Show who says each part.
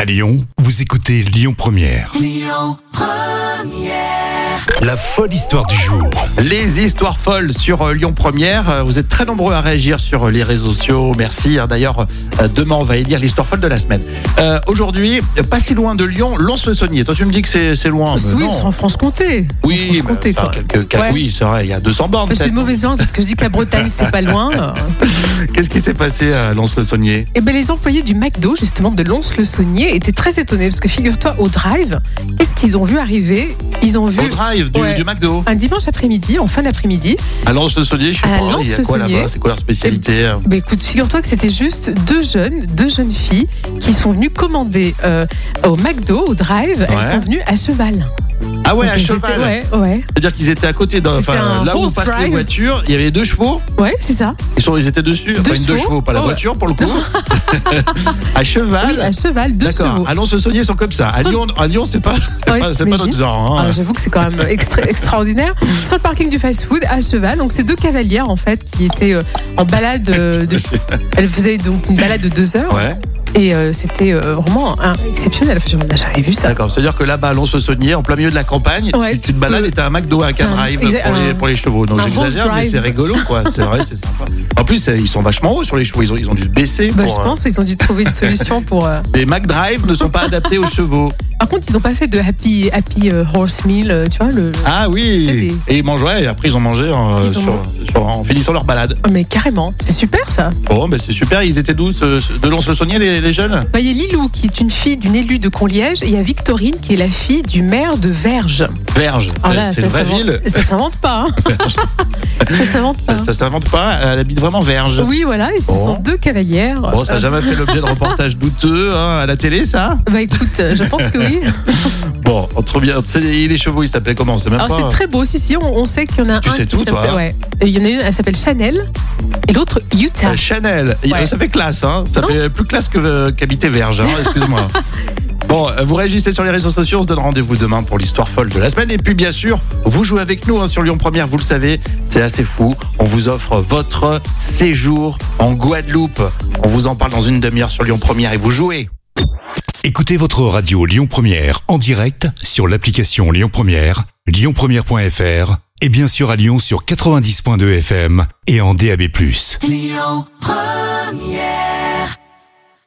Speaker 1: À Lyon, vous écoutez Lyon Première. Lyon Première. La folle histoire du jour.
Speaker 2: Les histoires folles sur euh, Lyon Première. Euh, Vous êtes très nombreux à réagir sur euh, les réseaux sociaux. Merci. hein. D'ailleurs, euh, demain on va y lire l'histoire folle de la semaine. Euh, Aujourd'hui, euh, pas si loin de Lyon, Lons-le-Saunier. Toi, tu me dis que c'est c'est loin. mais
Speaker 3: Oui,
Speaker 2: non.
Speaker 3: c'est en France-Comté. C'est en
Speaker 2: oui, mais
Speaker 3: France-Comté,
Speaker 2: enfin,
Speaker 3: quoi.
Speaker 2: quelques- quelques-
Speaker 3: Ouais.
Speaker 2: oui, c'est vrai. Il y a 200 bornes.
Speaker 3: Enfin, C'est une
Speaker 2: peut-être.
Speaker 3: mauvaise langue parce que je dis que la Bretagne, c'est pas loin.
Speaker 2: Qu'est-ce qui s'est passé à Lons-le-Saunier
Speaker 3: Et ben, les employés du McDo, justement, de Lons-le-Saunier, étaient très étonnés parce que figure-toi, au drive, qu'est-ce qu'ils ont vu arriver Ils ont vu
Speaker 2: Au drive du,
Speaker 3: Ouais.
Speaker 2: du McDo.
Speaker 3: un dimanche après-midi, en fin d'après-midi.
Speaker 2: À Lons-le-Saunier, je sais
Speaker 3: À
Speaker 2: pas. Il y a quoi
Speaker 3: Lons-le-Saunier.
Speaker 2: là-bas C'est quoi leur spécialité euh
Speaker 3: Ben, écoute, figure-toi que c'était juste deux jeunes, deux jeunes filles qui sont venues commander euh, au McDo, au drive.
Speaker 2: Ouais.
Speaker 3: Elles sont venues à cheval.
Speaker 2: Ah ouais,
Speaker 3: Donc,
Speaker 2: à
Speaker 3: elles
Speaker 2: cheval.
Speaker 3: étaient- Ouais, ouais.
Speaker 2: C'est-à-dire qu'ils étaient à côté d'un.
Speaker 3: C'était
Speaker 2: Enfin,
Speaker 3: un
Speaker 2: là où
Speaker 3: horse
Speaker 2: passent les
Speaker 3: drive.
Speaker 2: voitures, il y avait les deux chevaux.
Speaker 3: Ouais, c'est ça.
Speaker 2: Ils, sont, ils étaient dessus. Enfin,
Speaker 3: Deux
Speaker 2: une deux
Speaker 3: chevaux.
Speaker 2: chevaux, pas la
Speaker 3: Oh.
Speaker 2: voiture pour le coup. à cheval.
Speaker 3: Oui, à cheval, deux chevaux.
Speaker 2: Ah, D'accord. À Lons-le-Saunier, ils sont comme ça. À
Speaker 3: Sur-
Speaker 2: Lyon, à Lyon c'est pas,
Speaker 3: Ouais,
Speaker 2: pas- c'est pas
Speaker 3: t'imagines
Speaker 2: notre genre. hein.
Speaker 3: Ah, J'avoue que c'est quand même extra- extraordinaire. Sur le parking du fast-food à cheval, donc ces deux cavalières en fait qui étaient euh, en balade. euh, de- elles faisaient donc une balade de deux heures
Speaker 2: Ouais,
Speaker 3: et euh, c'était euh, vraiment hein, exceptionnel. Enfin, j'en ai jamais vu ça.
Speaker 2: d'accord. C'est-à-dire que là-bas, à Lons-le-Saunier, en plein milieu de la campagne,
Speaker 3: Ouais,
Speaker 2: tu, tu
Speaker 3: tu
Speaker 2: te balades
Speaker 3: peux-
Speaker 2: et t'as un McDo, un K-Drive pour,
Speaker 3: exa-
Speaker 2: les-
Speaker 3: un-
Speaker 2: pour les chevaux. Donc
Speaker 3: un
Speaker 2: j'exagère,
Speaker 3: horse
Speaker 2: mais c'est
Speaker 3: drive.
Speaker 2: rigolo, quoi. C'est vrai, c'est sympa. En plus, ils sont vachement hauts sur les chevaux. Ils ont, ils ont dû se baisser.
Speaker 3: Bah,
Speaker 2: pour,
Speaker 3: je
Speaker 2: euh,
Speaker 3: pense qu'ils ont dû trouver une solution pour. euh,
Speaker 2: Les McDrive ne sont pas adaptés aux chevaux.
Speaker 3: Par contre, ils n'ont pas fait de happy happy euh, horse meal, euh, tu vois le.
Speaker 2: Ah
Speaker 3: C'est
Speaker 2: oui.
Speaker 3: des-
Speaker 2: Et ils mangent, ouais, et après ils ont mangé en, euh,
Speaker 3: Ils ont-
Speaker 2: sur- sur- en finissant leur balade.
Speaker 3: Oh, Mais carrément, c'est super ça.
Speaker 2: Bon, bah, c'est super. Ils étaient d'où, ce- ce- de Lons-le-Saunier, les, les jeunes
Speaker 3: Bah, Il y a Lilou qui est une fille d'une élue de Conliège et il y a Victorine qui est la fille du maire de Verges.
Speaker 2: Verge.
Speaker 3: Alors Ah là,
Speaker 2: C'est une
Speaker 3: ça
Speaker 2: vraie
Speaker 3: s'invente-
Speaker 2: ville.
Speaker 3: Ça s'invente pas. hein. ça s'invente pas. hein.
Speaker 2: Ça, ça s'invente pas. Elle habite vraiment Verge.
Speaker 3: Oui, voilà, et ce
Speaker 2: Bon.
Speaker 3: sont deux cavalières.
Speaker 2: Bon, ça n'a
Speaker 3: Euh,
Speaker 2: jamais fait l'objet de reportages douteux hein, à la télé, ça
Speaker 3: bah écoute, euh, je pense que oui.
Speaker 2: Bon, trop bien. C'est- Les chevaux, ils s'appelaient comment C'est même
Speaker 3: Alors
Speaker 2: pas.
Speaker 3: c'est très beau, si, si, on, on sait qu'il y en a
Speaker 2: Tu
Speaker 3: un.
Speaker 2: sais
Speaker 3: qui
Speaker 2: tout, toi,
Speaker 3: s'appelle-
Speaker 2: hein.
Speaker 3: ouais. Et Il y en a une, elle s'appelle Chanel, et l'autre Utah.
Speaker 2: Euh, Chanel. Il-
Speaker 3: Ouais.
Speaker 2: Ça fait classe, hein Ça
Speaker 3: Non.
Speaker 2: fait plus classe que euh, qu'habiter Verge, hein, excuse-moi. Bon, euh, vous réagissez sur les réseaux sociaux, on se donne rendez-vous demain pour l'histoire folle de la semaine. Et puis, bien sûr, vous jouez avec nous hein, sur Lyon Première, vous le savez, c'est assez fou. On vous offre votre séjour en Guadeloupe. On vous en parle dans une demi-heure sur Lyon Première et vous jouez.
Speaker 1: Écoutez votre radio Lyon Première en direct sur l'application Lyon Première, lyonpremière.fr et bien sûr à Lyon sur 90.2 FM et en DAB+.